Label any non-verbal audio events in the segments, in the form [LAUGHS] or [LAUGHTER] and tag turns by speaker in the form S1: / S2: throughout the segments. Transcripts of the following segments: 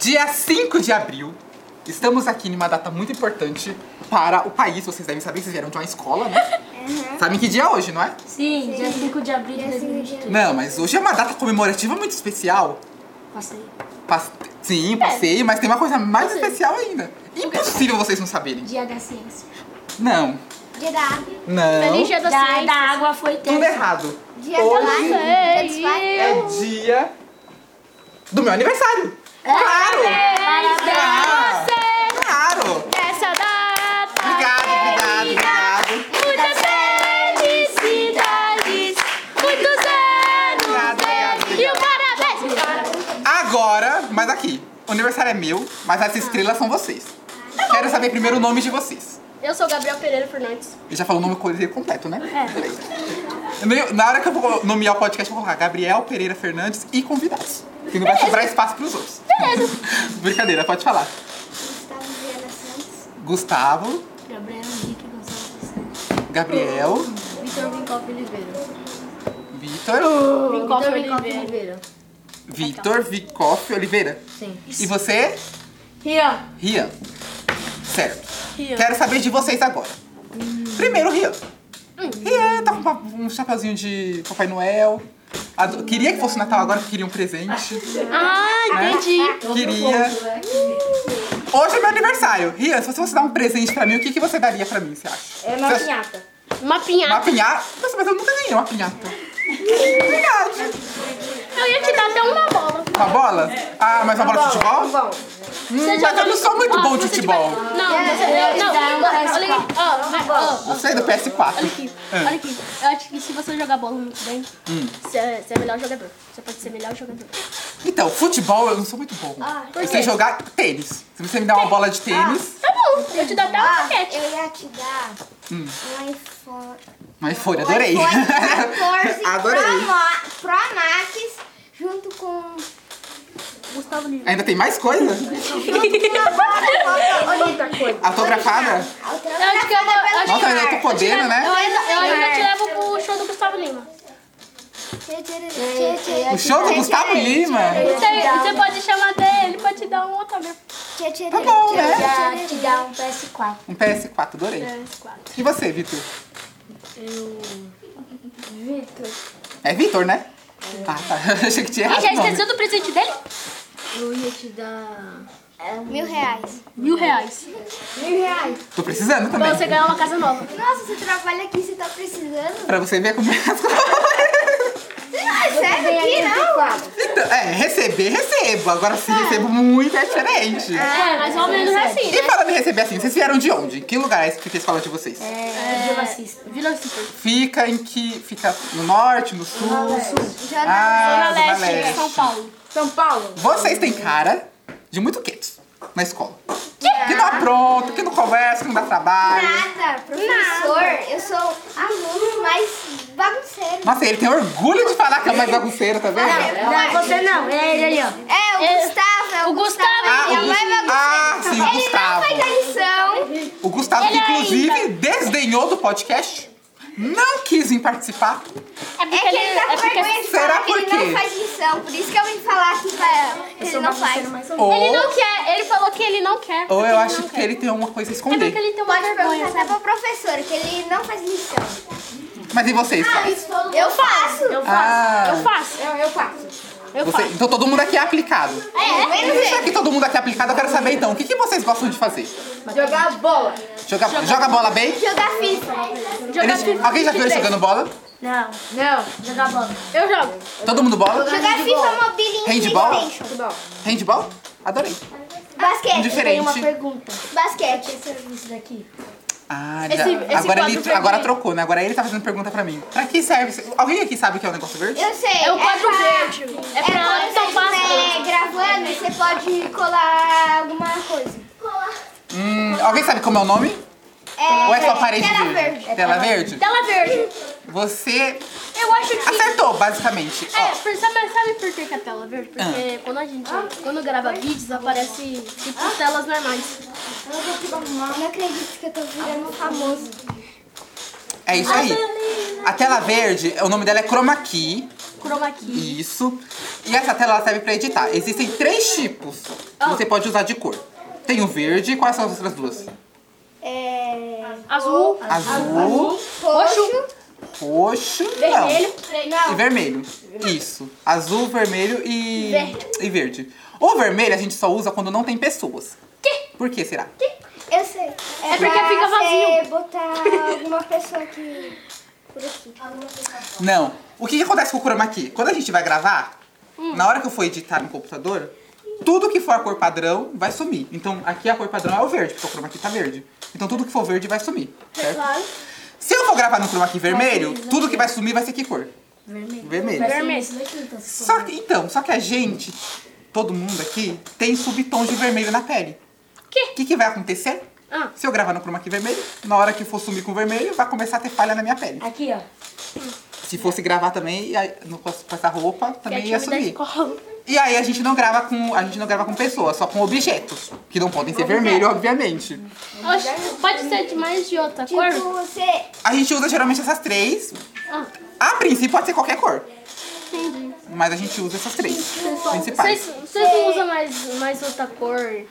S1: Dia 5 de abril, estamos aqui numa data muito importante para o país. Vocês devem saber, vocês vieram de uma escola, né? Sabem que dia é hoje, não é?
S2: Uhum. Sim, dia 5 de abril de 2023.
S1: Não, mas hoje é uma data comemorativa muito especial.
S2: Passei.
S1: Pas-
S2: É.
S1: Sim, passeio, mas tem uma coisa mais especial ainda. Impossível vocês não saberem.
S2: Uhum. Dia da ciência.
S1: Não,
S3: Dia da água.
S1: não.
S2: Dia da, da água foi
S1: Tudo
S2: terça.
S1: errado.
S3: Dia
S1: Hoje
S3: da água. Dia dos pais.
S1: é dia do meu aniversário.
S2: É.
S1: Claro! Ah, Claro!
S4: Essa data
S1: Obrigado, obrigado, obrigado.
S4: muitas felicidades, muitos anos
S1: Obrigado, obrigado,
S4: e um
S1: obrigado.
S4: parabéns.
S1: Agora, mas aqui, o aniversário é meu, mas as estrelas são vocês. Quero saber primeiro o nome de vocês.
S4: Eu sou Gabriel Pereira Fernandes.
S1: Ele já falou o nome corrido completo, né? É. Na hora que eu vou nomear o podcast, eu vou colocar Gabriel Pereira Fernandes e convidados. Que não vai sobrar espaço pros outros. Beleza. [LAUGHS] Brincadeira, pode falar.
S3: Gustavo Viana Santos.
S1: Gustavo,
S2: Gabriel Henrique Gonçalves.
S1: Gabriel,
S2: Vitor Vincop Oliveira.
S1: Vitor,
S4: Vitor
S2: Vitor
S4: Vincoff
S2: Vincoff Oliveira.
S1: Vitor Vicoff Oliveira.
S2: Sim.
S1: E você,
S2: Rian.
S1: Rian. Certo.
S4: Rian.
S1: Quero saber de vocês agora. Primeiro, Rian. Rian tá com pa- um chapeuzinho de Papai Noel. Ado- Queria que fosse Natal agora, porque queria um presente.
S4: Ah, entendi.
S1: Queria. Hoje é meu aniversário. Rian, se você fosse dar um presente pra mim, o que, que você daria pra mim, você acha?
S2: É
S1: uma Você-
S2: pinhata.
S4: Uma
S1: Uma
S4: pinhata.
S1: pinhata? Nossa, mas eu nunca ganhei uma pinhata. Verdade.
S4: Eu ia te dar até uma bola.
S1: Uma bola? Ah, mas uma bola de futebol? Hum,
S4: Você já
S1: mas eu não
S4: jogou-
S1: sou muito
S4: Ó,
S1: bom de
S4: se você
S1: futebol.
S4: tiver- Não, você não. é, Ah, Olha aqui. Ó, vai, ó, ó.
S1: Eu sei do PS4.
S4: Olha aqui,
S1: Ah.
S4: olha aqui. Eu acho que se você jogar bola muito bem,
S1: Hum.
S4: você é você é melhor jogador. Você pode ser melhor jogador. Tá
S1: Então, futebol eu não sou muito bom.
S4: Ah, por
S1: eu sei
S4: quê?
S1: jogar tênis. Se você me der uma bola de tênis,
S4: Tá bom, eu te dou até um
S3: Ah,
S4: paquete.
S3: eu ia te dar um iPhone.
S1: mas foi, Hum. adorei.
S3: iPhone
S1: [LAUGHS]
S3: 14 Pro,
S1: adorei.
S3: Ma- Pro Max junto com
S4: Gustavo Lima.
S1: Ainda tem mais coisa? Autografada?
S4: Eu acho que
S3: um,
S4: eu vou. Eu acho que
S3: é
S1: Nossa, ainda tô podendo,
S4: eu
S1: né?
S4: ainda, eu ainda te levo pro show do Gustavo Lima.
S1: O show do Gustavo Lima.
S4: Você, você pode chamar até ele pra te dar um autógrafo.
S1: Tá bom, né?
S3: Já te dar um PS4.
S1: Um PS4, adorei.
S4: É. PS4.
S1: E você, Vitor?
S3: Vitor.
S1: É Vitor, né? Ah, tá. [LAUGHS] Achei que tinha
S4: E
S1: errado.
S4: É. já
S1: o nome.
S4: esqueceu do presente dele?
S2: Eu ia te dar.
S3: Mil reais.
S4: Mil reais.
S3: Mil reais.
S1: Tô precisando também.
S4: Pra você ganhar uma casa nova.
S3: Nossa, você trabalha aqui, você tá precisando?
S1: Pra você ver como é as [LAUGHS] coisas.
S3: Ah, sério que não?
S1: Então, é, receber, recebo. Agora se recebo muito é diferente.
S4: É, mais ou menos assim,
S1: E
S4: né?
S1: falando em receber assim, vocês vieram de onde? Em que lugar é esse- fica a escola de vocês?
S4: É.
S2: É, Vila Cis- Vila Cis-
S1: Fica em que. Fica no norte, no sul?
S3: Já
S1: Ah,
S4: Zona
S1: Zona
S4: Leste,
S1: Leste.
S4: São Paulo.
S2: São Paulo.
S1: Vocês têm cara de muito quietos na escola. Que não apronta, que não conversa, que não dá trabalho.
S3: Nada, professor. Eu sou aluno mais bagunceiro.
S1: Nossa, ele tem orgulho de falar que é mais bagunceiro, tá vendo?
S2: Não, você não. É ele ali, ó.
S3: É, o
S4: É,
S3: Gustavo. É o,
S4: o Gustavo,
S3: Gustavo.
S1: Ah,
S3: Ele
S1: o
S3: é mais
S1: Gustavo.
S3: bagunceiro.
S1: Ah, sim, o
S3: Ele não
S1: Gustavo.
S3: fez a lição.
S1: O Gustavo, que
S4: Ele
S1: inclusive
S4: ainda.
S1: desdenhou do podcast, não quis vir participar.
S4: É
S3: É
S4: porque
S3: que
S4: ele.
S3: ele tá
S4: É
S3: com
S4: porque
S3: vergonha de falar
S1: Será
S3: que ele
S1: por quê?
S3: não faz lição. Por isso que eu vim falar aqui pra que ele não faz.
S1: Ou,
S4: ele não quer. Ele falou que ele não quer.
S1: ou
S4: porque
S1: eu
S4: ele
S1: acho
S4: não
S1: que
S4: quer.
S1: ele tem alguma coisa a
S4: É porque
S1: esconder.
S4: ele tem uma
S3: Pode perguntar
S4: vergonha.
S3: até pro professor, que ele não faz lição.
S1: Mas e vocês?
S3: Eu faço. Eu
S1: Ah,
S4: Eu faço.
S3: Eu, faço.
S4: Eu
S1: você-
S4: faço.
S1: então todo mundo aqui é aplicado.
S3: É, menos
S1: Já
S3: ele.
S1: que todo mundo aqui é aplicado, eu quero saber então, o que, que vocês gostam de fazer?
S2: Jogar bola.
S1: Joga, joga bola bem?
S3: Jogar FIFA.
S1: Eles- alguém já viu ele jogando bola?
S2: Não. Não. Jogar bola.
S4: Eu jogo.
S1: Todo mundo bola?
S3: Jogar FIFA é mobile em
S1: Handball?
S3: Playstation.
S1: Handball? Adorei.
S3: Basquete.
S1: Diferente.
S2: pergunta.
S3: Basquete.
S2: Isso daqui.
S1: Ah,
S4: Esse-
S1: já-
S4: esse
S1: agora,
S4: quadro
S1: ele,
S4: vermelho.
S1: agora trocou, né? Agora ele tá fazendo pergunta pra mim. Pra que serve? esse- Alguém aqui sabe o que é o negócio verde?
S3: Eu sei.
S4: É o quadro
S3: pra-
S4: verde. É pra
S3: É quando você
S4: São
S3: estiver
S4: Paulo.
S3: gravando, você pode colar alguma coisa.
S1: Hum, alguém sabe como é o nome? Ou é só parede
S3: tela
S1: verde?
S3: verde.
S1: Tela verde?
S4: Tela verde.
S1: Você
S4: Eu acho que.
S1: acertou, basicamente.
S4: É, por- sabe, sabe por que, que é
S3: Ah.
S4: tela verde? Porque quando a gente quando grava vídeos aparece tipo telas normais.
S3: Eu não acredito que eu tô virando famoso.
S1: É isso aí. A tela verde, o nome dela é Chroma Key.
S4: Chroma key.
S1: Isso. E essa tela ela serve pra editar. Existem três tipos que você pode usar de cor. Tem o verde, quais são as outras duas?
S3: É...
S4: Azul.
S1: Azul,
S3: Roxo.
S1: roxo,
S4: Vermelho.
S1: não. E vermelho. Isso. Azul, vermelho e
S4: Verde.
S1: e verde. O vermelho a gente só usa quando não tem pessoas.
S4: Quê?
S1: Por que será?
S3: Eu sei.
S4: É porque
S3: pra
S4: fica
S3: você
S4: vazio.
S3: botar alguma pessoa aqui... Por aqui.
S1: Não. O que, que acontece com o chroma key? Quando a gente vai gravar, na hora que eu for editar no computador, tudo que for a cor padrão vai sumir. Então aqui a cor padrão é o verde, porque o chroma key tá verde. Então tudo que for verde vai sumir, certo?
S4: Claro.
S1: Se eu for gravar no chroma key vermelho, tudo que vai sumir vai ser que cor?
S2: Vermelho.
S1: Vermelho.
S2: Vai ser
S4: Vermelho.
S2: isso daqui, então, se for.
S1: Só que, então, só que a gente, todo mundo aqui, tem subtons de vermelho na pele.
S4: Quê?
S1: O que, que vai acontecer?
S4: Ah.
S1: Se eu gravar no chroma key vermelho, na hora que for sumir com o vermelho, vai começar a ter falha na minha pele.
S2: Aqui, ó.
S1: Se fosse gravar também, e aí, não fosse com essa roupa,
S4: Que é
S1: também ia
S4: time da
S1: sumir.
S4: escola.
S1: E aí a gente não grava com. A gente não grava com pessoas, só com objetos. Que não podem ser vermelho, obviamente.
S4: Oxe, pode ser de mais de outra cor?
S3: Tipo, você...
S1: A gente usa geralmente essas três.
S4: Ah,
S1: A princípio pode ser qualquer cor.
S4: entendi.
S1: Mas a gente usa essas três
S4: Vocês
S1: principais.
S4: vocês não usam mais, mais outra cor,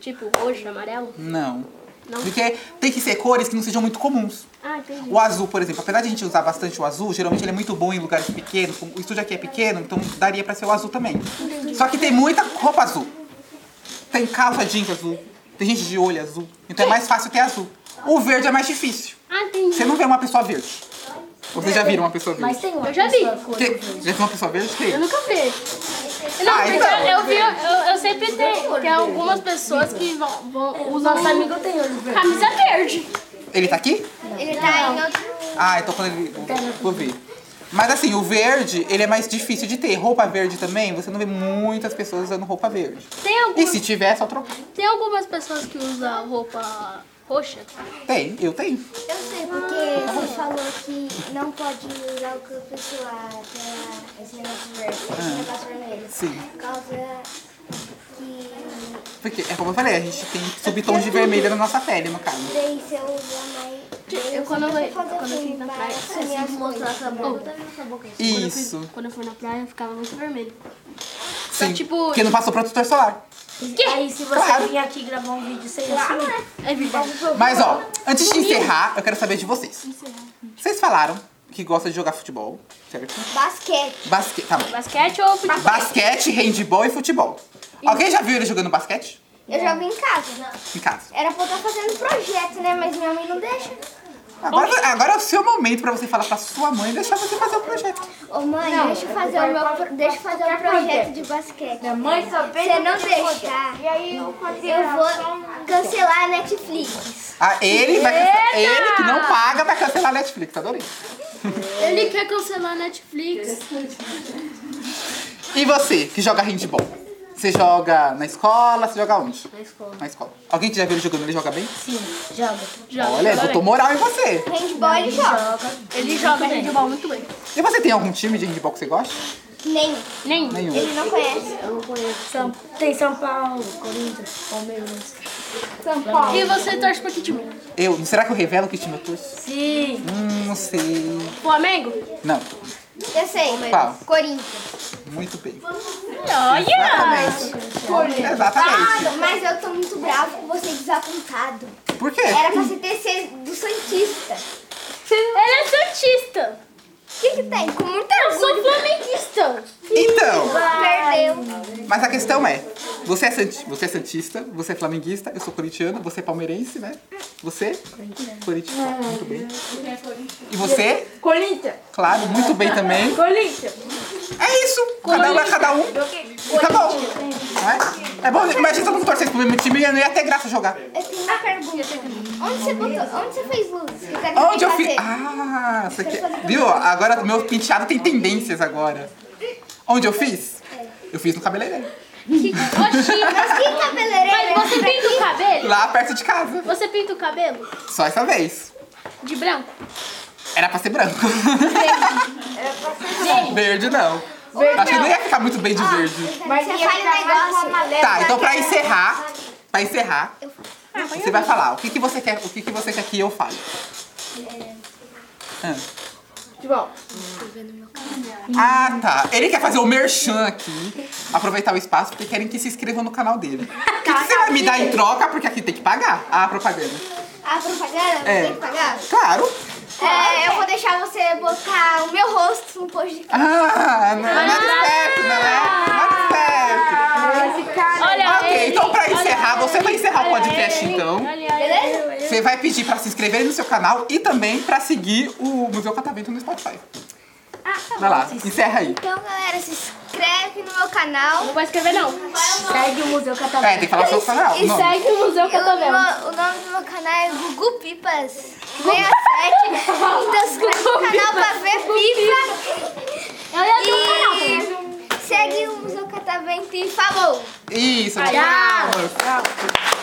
S4: tipo roxo, amarelo?
S1: Não.
S4: Não?
S1: Porque tem que ser cores que não sejam muito comuns.
S4: Ah, entendi.
S1: O azul, por exemplo, apesar de a gente usar bastante o azul, geralmente ele é muito bom em lugares pequenos. como O estúdio aqui é pequeno, então daria pra ser o azul também. Só que tem muita roupa azul. Tem calça jeans azul. Tem gente de olho azul. Então é mais fácil ter azul. O verde é mais difícil.
S4: Ah, entendi.
S1: Você não vê uma pessoa verde. Vocês já viram uma pessoa
S2: Mas
S1: verde?
S2: tem uma
S4: Eu já vi.
S2: pessoa com
S1: Tem-
S2: olho verde.
S1: Já viu uma pessoa verde?
S4: Eu
S1: Tem.
S4: nunca vi. Não,
S1: Ah,
S4: mas
S1: então.
S4: eu, eu vi, eu, eu sempre tenho. Tem algumas pessoas que vão, vão
S2: O
S4: usam
S2: nosso amigo tem olho verde.
S4: camisa verde.
S1: Ele tá aqui?
S3: Ele tá em outro...
S1: Ah, então quando ele. Vou ver. Mas assim, o verde, ele é mais difícil de ter. Roupa verde também, você não vê muitas pessoas usando roupa verde.
S4: Tem
S1: E
S4: algumas,
S1: se tiver, é só trocar.
S4: tem algumas pessoas que usam roupa roxa.
S1: Tem, eu tenho.
S3: Eu sei, porque você falou que não pode usar o que a pessoa tem é esse negócio verde,
S1: Ah.
S3: esse negócio vermelho.
S1: Sim.
S3: Por causa que
S1: Porque, é como eu falei, a gente tem subtons de vermelho na nossa pele, no caso.
S3: daí se eu usar mais...
S4: Eu quando eu,
S3: eu
S4: quando eu fui na praia,
S3: né? minhas coisas.
S1: Isso.
S4: quando eu fui na praia, eu ficava muito vermelho. Só
S1: Sim.
S4: tipo-
S1: Porque não passou protetor solar.
S4: Que?
S2: Aí se você
S1: Claro.
S2: vir aqui gravar um vídeo sem
S3: Claro,
S2: assim,
S4: É verdade.
S1: Mas ó, antes de encerrar, eu quero saber de vocês. Vocês falaram que gostam de jogar futebol, certo?
S3: Basquete.
S1: Basquete. Tá bom.
S4: Basquete ou futebol?
S1: Basquete, handball e futebol. Alguém já viu ele jogando basquete?
S3: Eu jogo em casa.
S1: Em casa.
S3: Era pra eu estar fazendo projeto, né? Mas minha mãe não deixa.
S1: Agora, agora é o seu momento pra você falar pra sua mãe e deixar você fazer o projeto.
S3: Ô mãe, deixa eu fazer o meu pro- deixa eu fazer um projeto de basquete.
S2: minha mãe só fez
S3: Você não
S2: o que
S3: deixar, eu vou cancelar a Netflix.
S1: Ah, ele vai cancelar. Ele que não paga vai cancelar a Netflix, adorei.
S4: Ele quer cancelar a Netflix.
S1: E você, que joga handball? Você joga na escola? Você joga onde?
S2: na escola.
S1: Na escola. Alguém que já viu ele jogando, ele joga bem?
S2: Sim, joga.
S4: Joga,
S1: Olha,
S4: joga
S1: botou
S4: bem.
S1: moral em você.
S3: Handball e joga.
S4: Ele joga handball muito bem.
S1: E você tem algum time de handball que você gosta?
S3: Nem,
S4: Nem.
S1: Nenhum.
S3: ele não conhece.
S2: Eu não conheço. São, tem São Paulo, Corinthians, Palmeiras.
S3: São Paulo.
S4: E você torce pra que time?
S1: Eu? Será que eu revelo que time eu torço?
S2: Sim.
S1: Hum, não sei.
S4: Flamengo?
S1: Não.
S3: Eu sei.
S1: Qual?
S3: Corinthians.
S1: Muito bem.
S4: Olha!
S1: Exatamente. Exatamente.
S3: Ah, mas eu tô muito bravo com você desapontado.
S1: Por quê?
S3: Era pra você ter sido do Santista.
S4: Ele é santista.
S3: O que que tem? Com muita
S4: Eu sou flamenguista.
S1: Então,
S3: perdeu.
S1: mas a questão é, você é, santi- você é santista, você é flamenguista, eu sou corintiano, você é palmeirense, né? Você? Corintiano. Muito bem. E você?
S2: Corinthians,
S1: Claro, muito bem também.
S2: Corinthians.
S1: É isso. Cada um é cada um. E tá bom. Não é? é bom, imagina todo mundo torcendo pro mesmo time e não ia ter graça jogar.
S3: Eu tenho uma pergunta. Onde você botou? Onde você fez luz? Eu quero
S1: Onde eu
S3: fazer.
S1: fiz. Ah, isso aqui. Viu? Agora meu penteado tem tendências agora. Onde eu fiz? Eu fiz no cabeleireiro.
S4: Que
S1: [LAUGHS] Ah.
S3: Mas
S4: coxinha.
S3: que
S1: tá
S3: cabeleireiro?
S4: Mas você pinta o cabelo?
S1: Lá perto de casa.
S4: Você pinta o cabelo
S1: Só essa vez.
S4: de branco?
S1: Era pra ser branco. Verde não. Acho que não Ah, é ia ficar muito bem de verde. então
S3: Mas você faz um negócio.
S1: Tá, então pra encerrar. Pra encerrar, Você vai falar o que, que você quer, o que, que você quer que eu fale. É. Ah.
S4: João,
S1: Ah, tá. Ele quer fazer o merchan aqui, aproveitar o espaço, porque querem que se inscrevam no canal dele. O que, que você vai me dar em troca? Porque aqui tem que pagar a propaganda.
S3: A propaganda,
S1: É.
S3: tem que pagar?
S1: Claro.
S3: É, eu vou deixar você botar o meu rosto no post de
S1: Ah, não, nada esperto, não é? Nada esperto.
S4: olha
S1: Ok,
S4: ele,
S1: então pra
S4: olha
S1: encerrar, você vai encerrar o
S4: olha
S1: podcast
S4: ele,
S1: então.
S4: Olha ele.
S3: Beleza?
S1: Você vai pedir pra se inscrever no seu canal e também pra seguir o Museu Catavento no Spotify.
S4: Ah, tá
S1: Vai lá, encerra aí.
S3: Então, galera, se inscreve no meu canal.
S4: Não vai escrever não.
S2: Segue o Museu
S1: É, tem
S2: Catavento.
S1: que falar o seu canal.
S3: E
S1: nome.
S4: Segue o Museu
S3: Eu-
S4: Catavento.
S3: o nome do meu canal é Gugu Pipas 67. Então se inscreve no canal pra ver pipa.
S4: Olha o canal. é
S3: E segue o Museu Catavento e falou!
S1: Isso,
S4: Tchau.
S1: amor.